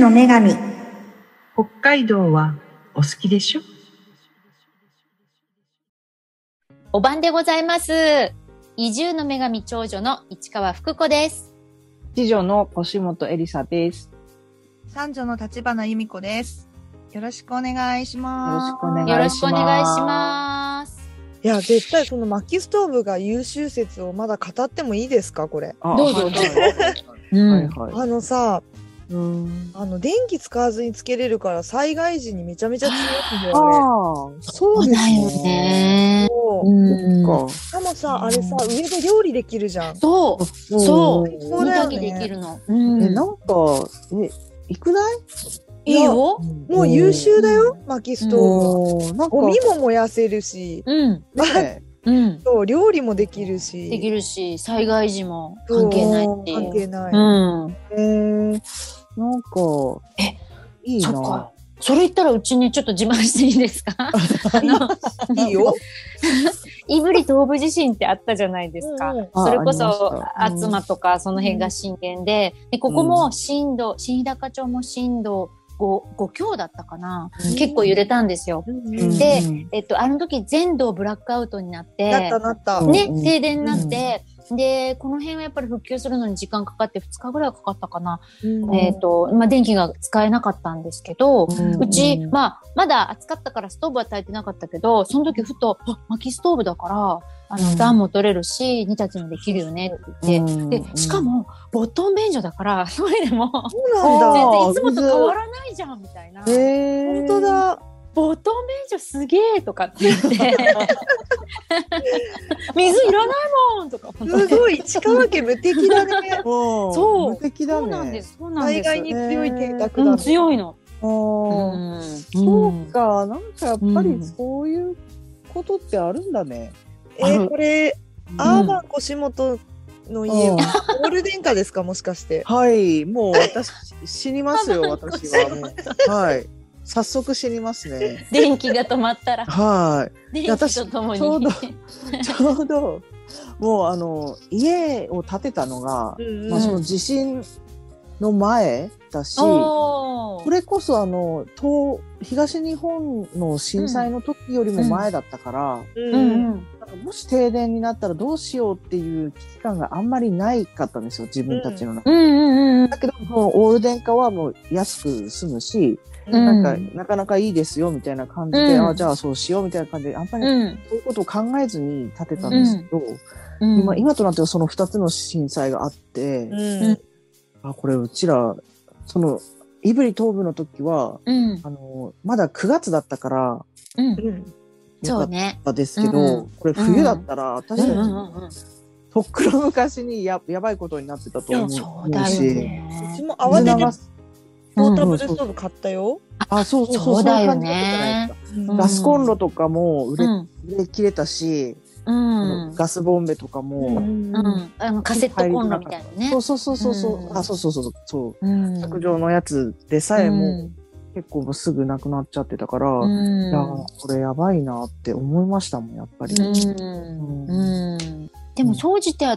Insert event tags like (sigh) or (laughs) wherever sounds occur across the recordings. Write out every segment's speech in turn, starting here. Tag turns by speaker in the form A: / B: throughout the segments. A: の女神
B: 北海道はお好きでしょ
C: お晩でございます。移住の女神長女の市川福子です。
D: 次女の腰本エリサです。
E: 三女の立花由美子です。よろしくお願いします。
D: よろしくお願いします
C: よろしくお願いします。
F: いや、絶対その薪ストーブが優秀説をまだ語ってもいいですか、これ。
D: あ
C: どうぞ
D: はい
C: どうぞ
D: は
C: う
D: い
C: ん。
D: は
F: あのさ、
D: い。うん。
F: あの、電気使わずにつけれるから災害時にめちゃめちゃ強いんだ
D: あ
F: よね。
D: あ、
F: そ
C: そうう
F: で
C: だ
F: す
C: よね。
F: そう
C: うん。
D: か。
F: しかもさ、あれさ、上で料理できるじゃん。
C: そう。そう
F: そうだよ
C: お
F: ね
C: にぎりできるの。う
D: え、
C: ん
D: なんか、え、行くない
F: い
C: いい
F: や
C: よ。
F: もう優秀だよ、薪ストーブは。
D: おーなんか、
F: ゴミも燃やせるし、
C: うん。
D: ね
C: うん。
F: そう料理もできるし。
C: でき
F: る。
C: るし、災害時も関係ないって
F: 関
C: いう。。
F: 係ないう
C: ん。
D: えー、なんか、
C: え、
D: いい
C: そっ
D: な
C: か。。それ言ったらうちにちょっと自慢していいですかあの、
F: いいよ。
C: 胆振東部地震ってあったじゃないですか。
F: う
D: あ
C: それこ
D: あり
C: そ
D: まし、
C: あつまとか、その辺が震源で、で、ここも震度、新日高町も震度5、5強だったかな。
D: うん
C: 結構揺れたんですよ。
F: ん
D: うん
F: で、
C: で
D: うん
C: えっと、あの時全道ブラックアウトになって、
F: なったなった。
D: うん
C: ね、停電になって、で、この辺はやっぱり復旧するのに時間かかって2日ぐらいかかったかな。
F: うん
C: えっと、まあ、電気が使えなかったんですけど、
D: うん
C: うち、
D: うん
C: まあ、まだ暑かったからストーブは炊いてなかったけど、その時ふと、あ薪ストーブだから、あの、暖も取れるし、煮炊きもできるよねって言って、
D: うん
C: で、しかも、ボットン便所だから、 (laughs) トイレも、
F: そう
C: 全
F: なんだ。
C: 然いつもと変わらないじゃん、みたいな。
D: えー、。
F: 本当だ。
C: ボットン便所すげえとかって言って、水いらないもんとか思って
F: すごい市川家無敵だね
D: うん。
C: そう
D: 無敵だ
C: そ
D: ね。
C: うなんです、そうなん
F: 災
C: です。
F: 害に強い邸宅
C: う
F: だ
C: ん、
F: ね。
C: 強いの。
D: あ
C: う
D: ー
C: ん、
D: そうか、なんかやっぱ
C: う
D: り
C: ん
D: そういうことってあるんだね。
F: えーこれアーバン腰元の家
D: うん
F: はオール電化ですかもしかして。
D: はい、もう私死にますよ、私はもう。はい、早速死にますね。
C: 電気が止まっ
D: (laughs)
C: たら、
D: は
C: 電
D: や
C: 気
D: 私
C: とともに。
D: ちょうどい、ちょうどもうあの家を建てたのが、
F: うん
D: まあその地震の前だし、こ
C: おー
D: れこそあの東東日本の震災の時よりも前だったから。
F: う
C: うんんうん、
D: なんかもし停電になったらどうしようっていう危機感があんまりないかったんですよ、自分たちの中で
C: うんうんうん
D: だけど、もうオール電化はもう安く済むし、
C: うん
D: なんか、なかなかいいですよみたいな感じで、
C: うん
D: あじゃあそうしようみたいな感じで、あんまり
C: うん
D: そういうことを考えずに建てたんですけど、
C: うん
D: 今、今となってはその2つの震災があって、
F: うん
D: あ、これうちら、その、胆振東部の時は、
C: うん
D: あの、まだ9月だったから、
C: うん
F: うん
C: そう
D: っ
C: ね。
D: たですけど、
C: うんうん
D: これ冬だったら、私たち、
C: うんうんうんうん
D: とっくの昔にややばいことになってたと思う
C: そうだよ
D: し、
F: う
C: ね
F: ち。も慌てて
D: 水流す
F: ポータブルストーブ買ったよ。
D: あ、そうそうそう
C: そうだよね
D: そういう感じだったじゃないですか
C: うん
D: ガスコンロとかも売れ,、
C: うん
D: 売れ切れたし、
C: うん
D: ガスボンベとか
F: う
D: も、
F: ん
C: うんあのカセットコンロみたいなね
D: そう。そうそうそうそう、
C: うん
D: あ、そうそうそうそう、
C: うん
D: 卓上のやつでさえも、結構もうすぐなくなっちゃってたから、
C: う
D: い
C: ん
D: やーこれやばいなって思いましたもんやっぱり。
C: うんうんでも総じては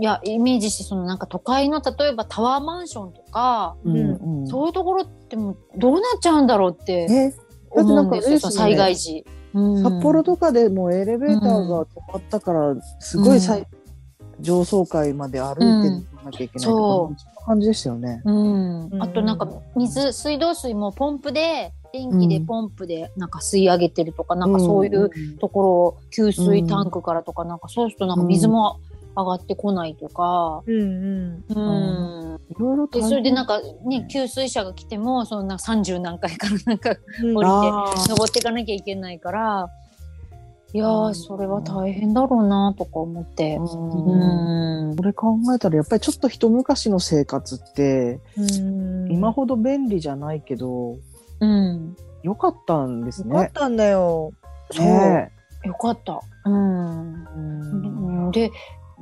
C: いやイメージしてそのなんか都会の例えばタワーマンションとか、
D: うんうん
C: そういうところってもうどうなっちゃうんだろうって
D: ね
C: 思うんです
D: だってな
C: よ、
D: んか
C: 災害時。うん
D: 札幌とかでもエレベーターが止まったから、すごい最、上層階まで歩いて行かなきゃいけないとか、
C: うん
D: そんな感じでしたよね。
C: うん、あとなんか水水道水もポンプで電気で
D: うん
C: ポンプでなんか吸い上げてるとか、なんかそういうところを給水タンクからとか、なんかそうするとなんか水も上がってこないとか、
F: うん
C: うん
D: いろいろ
C: でそれでなんかね
D: ね
C: 給水車が来てもそんな30何回からなんか
F: うん
C: 降りて
D: あー
C: 登っていかなきゃいけないからいや
D: う
C: ー
D: ん
C: それは大変だろうなとか思って。
D: うん
C: うん
D: これ考えたらやっぱりちょっと一昔の生活って
F: うん
D: 今ほど便利じゃないけど
C: うん、
D: 良かったんです
F: よかっ
D: ね。
F: たんだよ。
D: ね
C: よかった。うん
D: え
C: うんで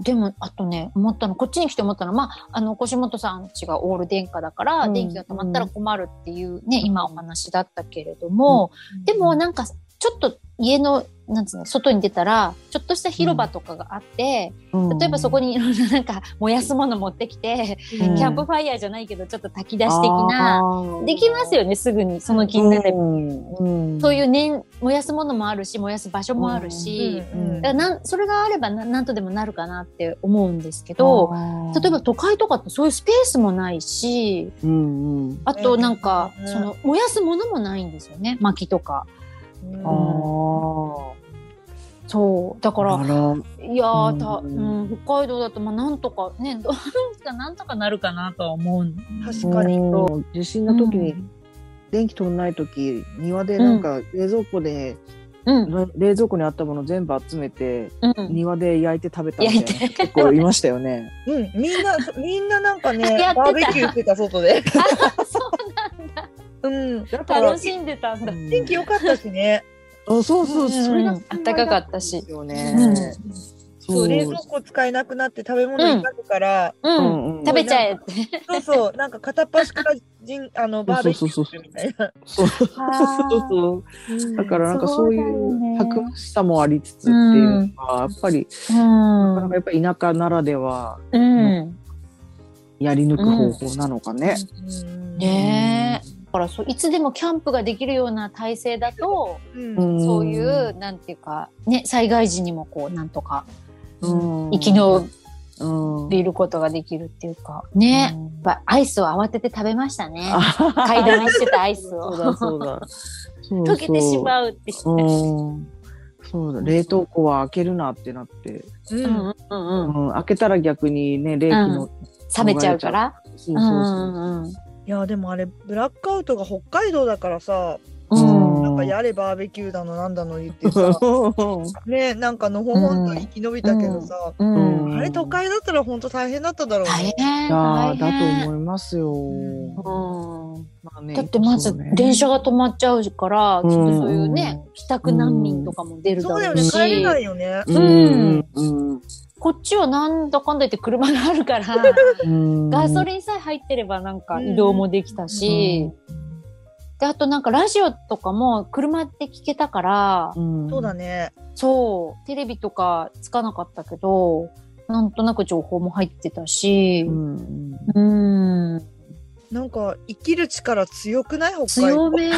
C: でもあとね思ったのこっちに来て思ったのは、まあ、あの越本さんちがオール電化だから、
D: うん
C: 電気が止まったら困るっていうね、今お話だったけれども、でもなんかちちょっと家の、なんつうの、外に出たら、ちょっとした広場とかがあって、例えばそこ
D: に
C: にいろ (laughs) んななんか燃やすもの持ってきて、
F: キ
D: うん
C: キャンプファイヤーじゃないけど、ちょっと炊き出し的な、できますよね、すぐに、その近年で。
D: うん
C: そういう燃、燃やすものもあるし、燃やす場所もあるし、
D: うん
C: だからなんそれがあればななんとでもなるかなって思うんですけど、例えば、都会とかってそういうスペースもないし、
D: うんうん、
C: あとなんか、
F: ね
C: その燃やすものもないんですよね薪とか
D: あー
C: そうだから
D: あら
C: いやーた、う
D: うん
C: ん、北海道だとまあなんとかね (laughs) どうにかなんとかなるかなとは思うん
F: 確かに。
D: うん地震の時に
C: うん
D: 電気通んない時庭でなんか冷蔵庫で、
C: うん、
D: 冷蔵庫にあったもの全部集めて
C: うん、
D: 庭で焼いて食べたみたいな
C: 焼いて
D: 人 (laughs) 結構いましたよね。
F: うん、みんな、みんななんかね
C: やってた、
F: バーベキューしてた外で。
C: あそうなんだ
F: うん。
D: だから
C: 楽しんでたんだ、
D: うん
F: 天気良かったしね。
D: あそうそう、
C: うん
D: それが
C: あったかかったし
D: ですよ
C: うん
D: ね。
F: そ、
D: そうう
F: 冷蔵庫使えなくなって食べ物になるから、
C: う、
D: うんんうん
C: 食べちゃえって
F: そうそう、なんか片っ端からじん、あの、バーベキューするみたいな。
D: そうそうそうそう。だからなんかそうい
C: そうだよね
D: うたくましさもありつつっていうのは、やっぱり
C: うん
D: なかなかやっぱり田舎ならでは
C: うん
D: やり抜く方法なのかね。
F: うん
C: ねえだからそういつでもキャンプができるような体制だと、
F: うん
D: うん
C: そういうなんていうかね災害時にもこうなんとか
D: うん
C: 生き延
D: うん
C: びることができるっていうかね、
D: (laughs)
C: やっぱアイスを慌てて食べましたね
D: 買
C: 買いだめしてたアイス
D: そう
C: を
D: だそうだ。そうそう
C: 溶けてしまうって
D: うん。そうだ冷凍庫は開けるなってなって、
F: う。
C: うんんうんうん
D: うん、開けたら逆にね冷気の、
C: 冷めちゃうから
D: そううそうそ
C: んうん
F: いや、でもあれ、ブラックアウトが北海道だからさ、
C: うん
D: うん
F: なんかやれバーベキューだの、なんだの言って
D: (laughs)
F: さ、
D: う。
F: ね、なんかのほほんと生き延びたけどさ、
C: う
D: うんん
F: あれ都会だったら本当大変だっただろう
C: 大
F: ね。
C: 変
D: いやー
C: 大変
D: だと思いますよ。
C: うん
D: まあね
C: だってまず
D: そうね
C: 電車が止まっちゃうから、
D: うん
C: きっとそういうね帰宅難民とかも出るだ
F: そうだよ
C: ろう
F: ね、
C: し、
F: 帰れないよね。
D: うんうん
C: こっちはなんだかんだ言って車があるから
D: うん。
C: ガソ
D: ン
C: リンさえ入ってればなんか移動もできたし、であとなんかラジオとかも車で聞けたから、
F: そうだ
D: ね。
F: ね。
C: そうテレビとかつかなかったけどなんとなく情報も入ってたし
D: う、ん
C: うん、
F: なんか生きる力強くない北海道
C: 強め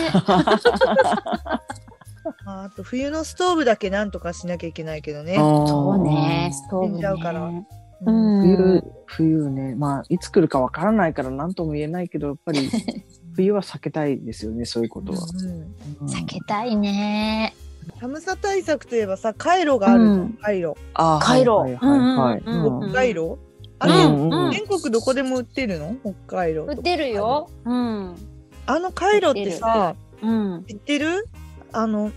F: ああと冬のストーブだけなんとかしなきゃいけないけどね。
C: そうねストーブ
F: 死ん
C: ね
F: じゃうから
C: う
F: うん
C: ん
D: 冬冬ねまあいつ来るかわからないから何とも言えないけどやっぱ
C: (laughs)
D: り冬は避けたいですよねそういうことは。
F: うん
D: うん
C: 避けたいね
F: 寒さ対策といえばさカイロがあるじゃん、
C: うん
F: カイロ
D: あー
C: カイロ
D: はいはいはい
C: うんうんうん
F: 北海道、あ
D: う
F: れ、
D: んうん
F: 全国どこでも売ってるの北海道
C: 打てるようん
F: あのカイロってさ
C: うん
F: 知ってるあの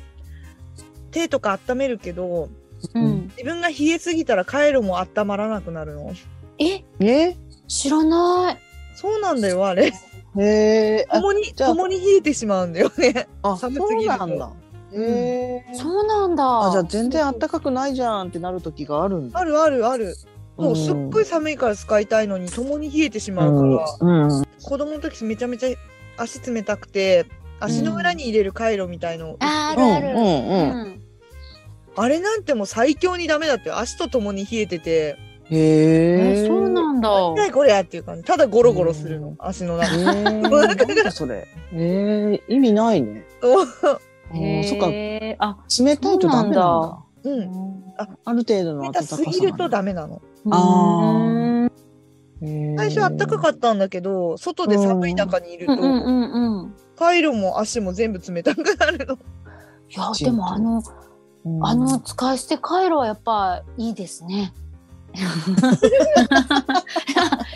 F: 手とか温めるけど
C: うん
F: 自分が冷えすぎたらカイロも温まらなくなるの
C: え
D: え
C: 知らない
F: そうなんだよあれ
D: へえあ
F: 共に
D: じゃあ
F: 共に冷えてしまうんだよね
D: あそ
F: 寒すぎる
D: う
F: と
D: なんだ。へえ。
C: そうなんだ
D: あじゃあ全然暖かくないじゃんってなる時があるんだ。
F: あるあるあるもうすっごい
D: 寒
F: 寒いから使いたいのに共に冷えてしまうから、
D: うんうん
F: 子供の時めちゃめちゃ足冷たくて足の裏に入れるカイロみたいの、
C: あ
D: う
C: ーあ
D: ん
C: る
D: う
C: ある
D: んうん。
F: あれなんてもう最強にダメだって足とともに冷えてて
D: へ
C: え
D: え。
C: そうなんだ
F: 「何これや」っていう感じただゴロゴロする
D: う
F: の
D: ん
F: 足の中
D: えー、なんだそれ。えー、意味ない
F: (laughs)
D: ね。あーそっか、
C: へーあ
D: 冷たいとダメなんだ。
F: うん
D: ある程度の
F: 冷
D: 暖
F: た
D: かさ
F: すぎるとダメなの
D: あ
C: うん
F: 最初あったかか
D: っ
F: ったんだけど外で寒い中にいる
C: う
F: と、
C: んうんうんうん
F: カイロも足も全部冷たくなるの
C: いやでもあの
D: た。
C: あの使い捨て回路はやっぱいいですね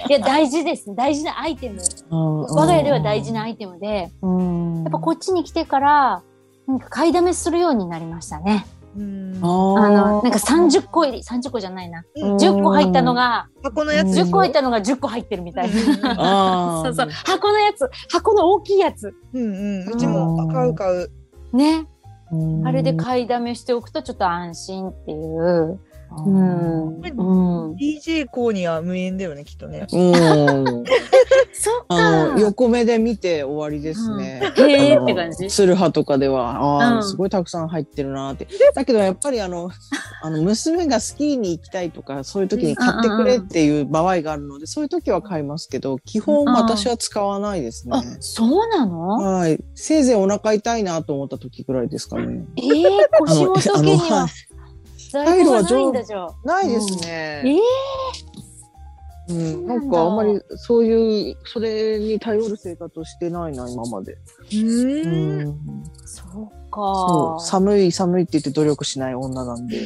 C: いや大事です大事なアイテム我が家では大事なアイテムで
D: うん。
C: やっぱこっちに来てからなんか買いだめするようになりましたね
F: うん
D: あ
C: あの
D: の
C: なんか30個入り30個じゃないな
F: うん
C: 10個入ったのが
F: 箱のやつ
D: うん
F: で
C: 10
F: し
C: 個
F: ょ
C: 入ったのが10個入ってるみたい
F: うん
C: な
D: あ
C: そ
D: ー
C: (laughs) うそう箱のやつ箱の大きいやつ
F: うんうんうちも買う買う
C: ね
D: うん
C: あれで買いだめしておくとちょっと安心っていう
D: う
C: うん
D: ん。
C: うん
F: DJ コーニは無縁だよねきっとね
C: (laughs)
D: うん。
C: そっ
D: あの
C: か。
D: 横目で見て終わりですね。
C: へえ
D: あ
C: っ
D: の
C: て感じ。
D: ツルハとかでは、ああ、
C: うん
D: すごいたくさん入ってるなーって。だけどやっぱりあの、あの、娘がスキーに行きたいとか、そういう時に買ってくれっていう場合があるので、そういう時は買いますけど、基本私は使わないですね
C: あ。、そうなの
D: はい。せいぜいお腹痛いなと思った時ぐらいですかね。
C: ええ腰元家に
D: あの
C: は
D: はい
C: 在庫がないんだじゃあ。
D: ないです
C: え
D: ね。
C: え
D: うん。
C: そ
D: な
C: うなん
D: ん
C: だ
D: かあんまりそういう、それに頼る生活をしてないな、今まで。う
F: うん
D: ん。
C: そう
D: そ
C: か。
D: う。寒い寒いって言って努力しない女なんで。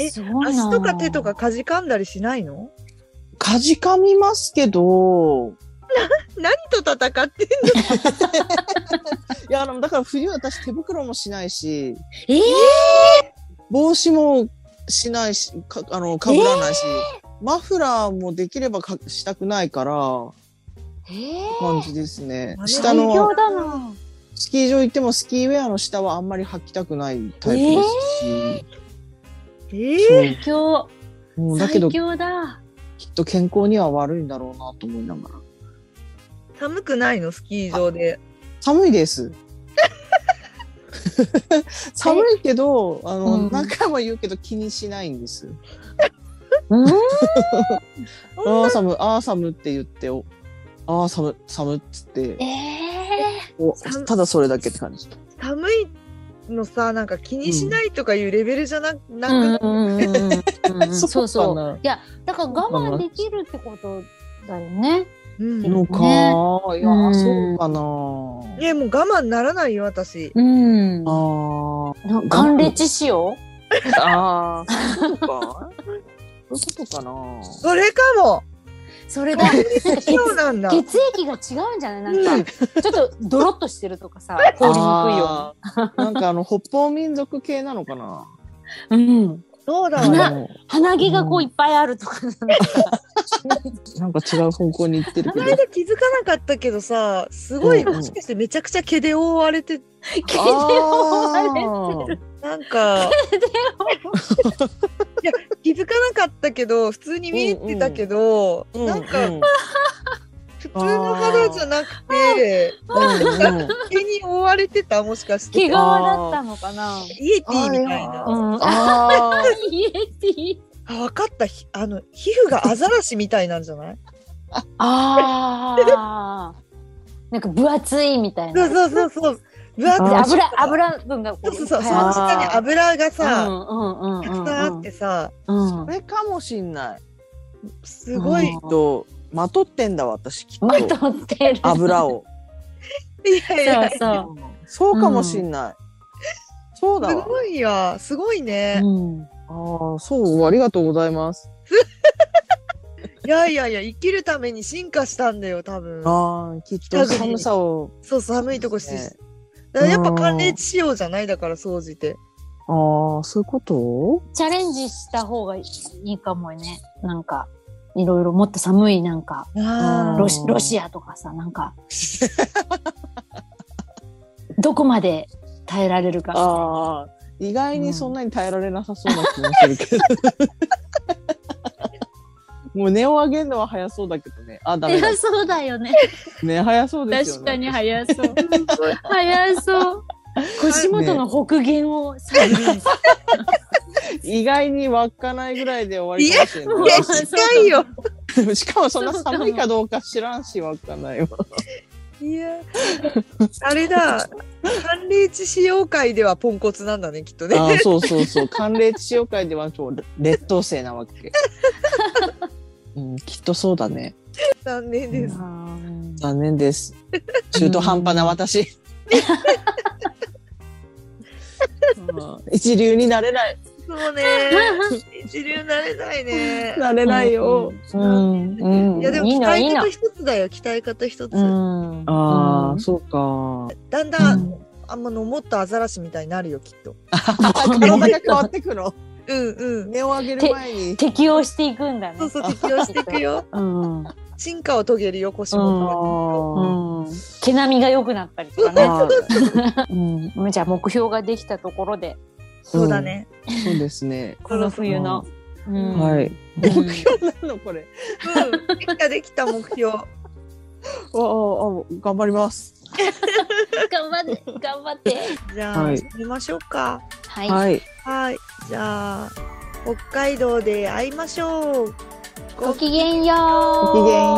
F: え
C: そうなの
F: 足とか手とか。かじかんだりしないの
D: かじかみますけど、
F: 何と戦ってん
D: いや、あの、だから冬私手袋もしないし、
C: ええ
D: 帽子もしないし、か、あの、被らないし、マフラーもできればかしたくないから、
C: ええ
D: 感じですね。
F: あれ
D: 下
C: 最強
D: の、
C: だな。
D: スキー場行ってもスキーウェアの下はあんまり履きたくないタイプですし、
F: ええ
C: 最
D: そ
C: 強。
D: うもうだけどきっ
C: 最強だ。
D: と健康には悪いんだろうなと思いながら。
F: 寒くないのスキー場で。
D: 寒い
C: (laughs)
D: です。寒いけど、あの、
C: うん
D: 何回も言うけど気にしないんです。
C: うん。
D: ああ、寒い、ああ、寒いって言って、おああ、寒い、寒いっつって
C: え、え
D: お
F: 寒い
D: ただそれだけって感じ。
F: 寒いのさ、なんか気にしないとかいうレベルじゃなく、な
C: うん
F: く
C: うんうんうんうんう
D: そうかな
C: ん。(laughs) (laughs) そうそう。いや、だから我慢できるってことだよね。
F: うん
C: ん
D: のか、いや、
C: うん
D: そうかな。
F: ねもう我慢ならないよ、私。
C: うん
D: あー
C: 還暦しよ
D: あー、そういうことか。そういうことかな。
F: それかも
C: う。それが、なんか血
F: そうなんだ。
C: (laughs) 血液が違うんじゃないなんか、ちょっとドロッとしてると
F: (laughs)
C: かさ、通りにくいよ
D: あーなんかあの北方民族系なのかな。
C: うに。うん。
F: そうだ
D: あ
F: わ。
C: 花
D: の
C: 鼻毛がこういっぱいあるとか。
F: (laughs)
D: なんか違う方向に行ってる
F: こ
D: け
F: の
D: ど。
F: 間気づかなかったけどさ、すごい、
D: うんうん
F: もしかしてめちゃくちゃ毛で覆われて、
C: 毛で覆われてる
D: あー
F: なんか、いや、気づかなかったけど、普通に見えてたけど、
D: うん
F: なんか、
D: うん
F: 普通の肌じゃなくて、
D: うんうん
F: 毛に覆われてたもしかして。
C: 毛皮だったのかな。
F: イエティみたい
D: あ
F: な。
D: ー
F: あ
C: うん。
D: あー
C: イエティ。
F: 分かった。ひあの、皮膚がアザラシみたいなんじゃない
C: ああ。 (laughs) なんか分厚いみたい
F: そ
C: な。
F: う
C: で
F: そうそうそう。分厚い
D: あー
C: 油、油分がこ
F: そう
C: う。
F: そうそう。そ
C: いっぱ
F: の
C: い
F: 下に油が
C: ある
F: さ、
C: うんうん
F: たく
C: うんう
F: さ
C: ん
F: んあってさ、
C: うん。
D: これかもしんない。
F: すごい
C: うん。
D: とまとってんだ私きっと
C: まとってる。
D: 油を。
F: いやい
C: そ
F: や
C: う、
F: (laughs)
C: そ。
D: そうかもしんない。そうだ
F: す
D: わ。
F: ごいや。すごいうね。
C: うん。
D: ああ、そう、ありがとうございます。
F: いやいやいや、生きるために進化したんだよ、多分。
D: ああ、きっと寒さを。
F: そう、寒いとこし
D: ね。
F: だからやっぱ寒冷地仕様じゃないだから、総じて。
D: ああ、そういうこと
C: チャレンジした方がいいかもね。なんか、いろいろもっと寒いなんか、
D: あー
C: ロシロシアとかさ、なんか。 (laughs) どこまで耐えられるかみたいな。
D: ああ、意外にそんなに耐えられなさそうな気もする (laughs) けど。もう値を上げるのは早そうだけどね。あ、ダメだ
C: いや。そうだよね。
D: ね、早そうですよね。
C: 確かに早そう。早そう。腰元の北限を再現す
D: 意外に稚内ぐらいで終わりかもしれ
C: る
F: いや、
D: な
F: 近いよ。
D: い。しかもそんな寒いかどうか知らんし、稚内は。
F: いや、あれだ。寒冷地使用会ではポンコツなんだね、きっとね。
D: あーそうそうそう。寒冷地潮会ではちょ劣等生なわ (laughs) け。うん、きっとそうだね。
F: 残念です。
D: 残念 (laughs) です。中途半端な私。うん一流になれない。
F: そうね。一流なれないね。
D: なれないよ。
C: うんうん
F: いや、でも
C: いい
F: 鍛
C: のい
F: え
C: いの
F: 方。一つだよ、鍛え方一つ。
C: うん
D: ああ、
C: うん
D: そうか。
F: だんだ
C: うんん、
F: あんまのもっとアザラシみたいになるよ、きっと。
D: 体が変わってくの。
F: うんうん。
D: 根を上げる前 (laughs) に。
C: 適応していくんだね
F: そう。そう、適応していくよ。
C: うん。うん
F: 進化を遂げるよ、腰
D: あ
F: 元
D: ー
C: 毛並みが良くなったりとかね。
D: あー、
C: うん。じゃあ目標ができたところで、
F: そうだね。
D: そうですね。
C: この冬のう
D: (laughs)
C: ん (laughs)
D: はい。目
C: うん
D: 標なのこれ。
F: うん。できたできた目標。
D: あああ頑張ります。
C: 頑張って、頑張って。
F: じゃあ、
D: はい
F: 見ましょうか。
C: はい。
D: はい。
F: はい。じゃあ、北海道で会いましょう。
C: ごきげんよう。
D: ごきげんよう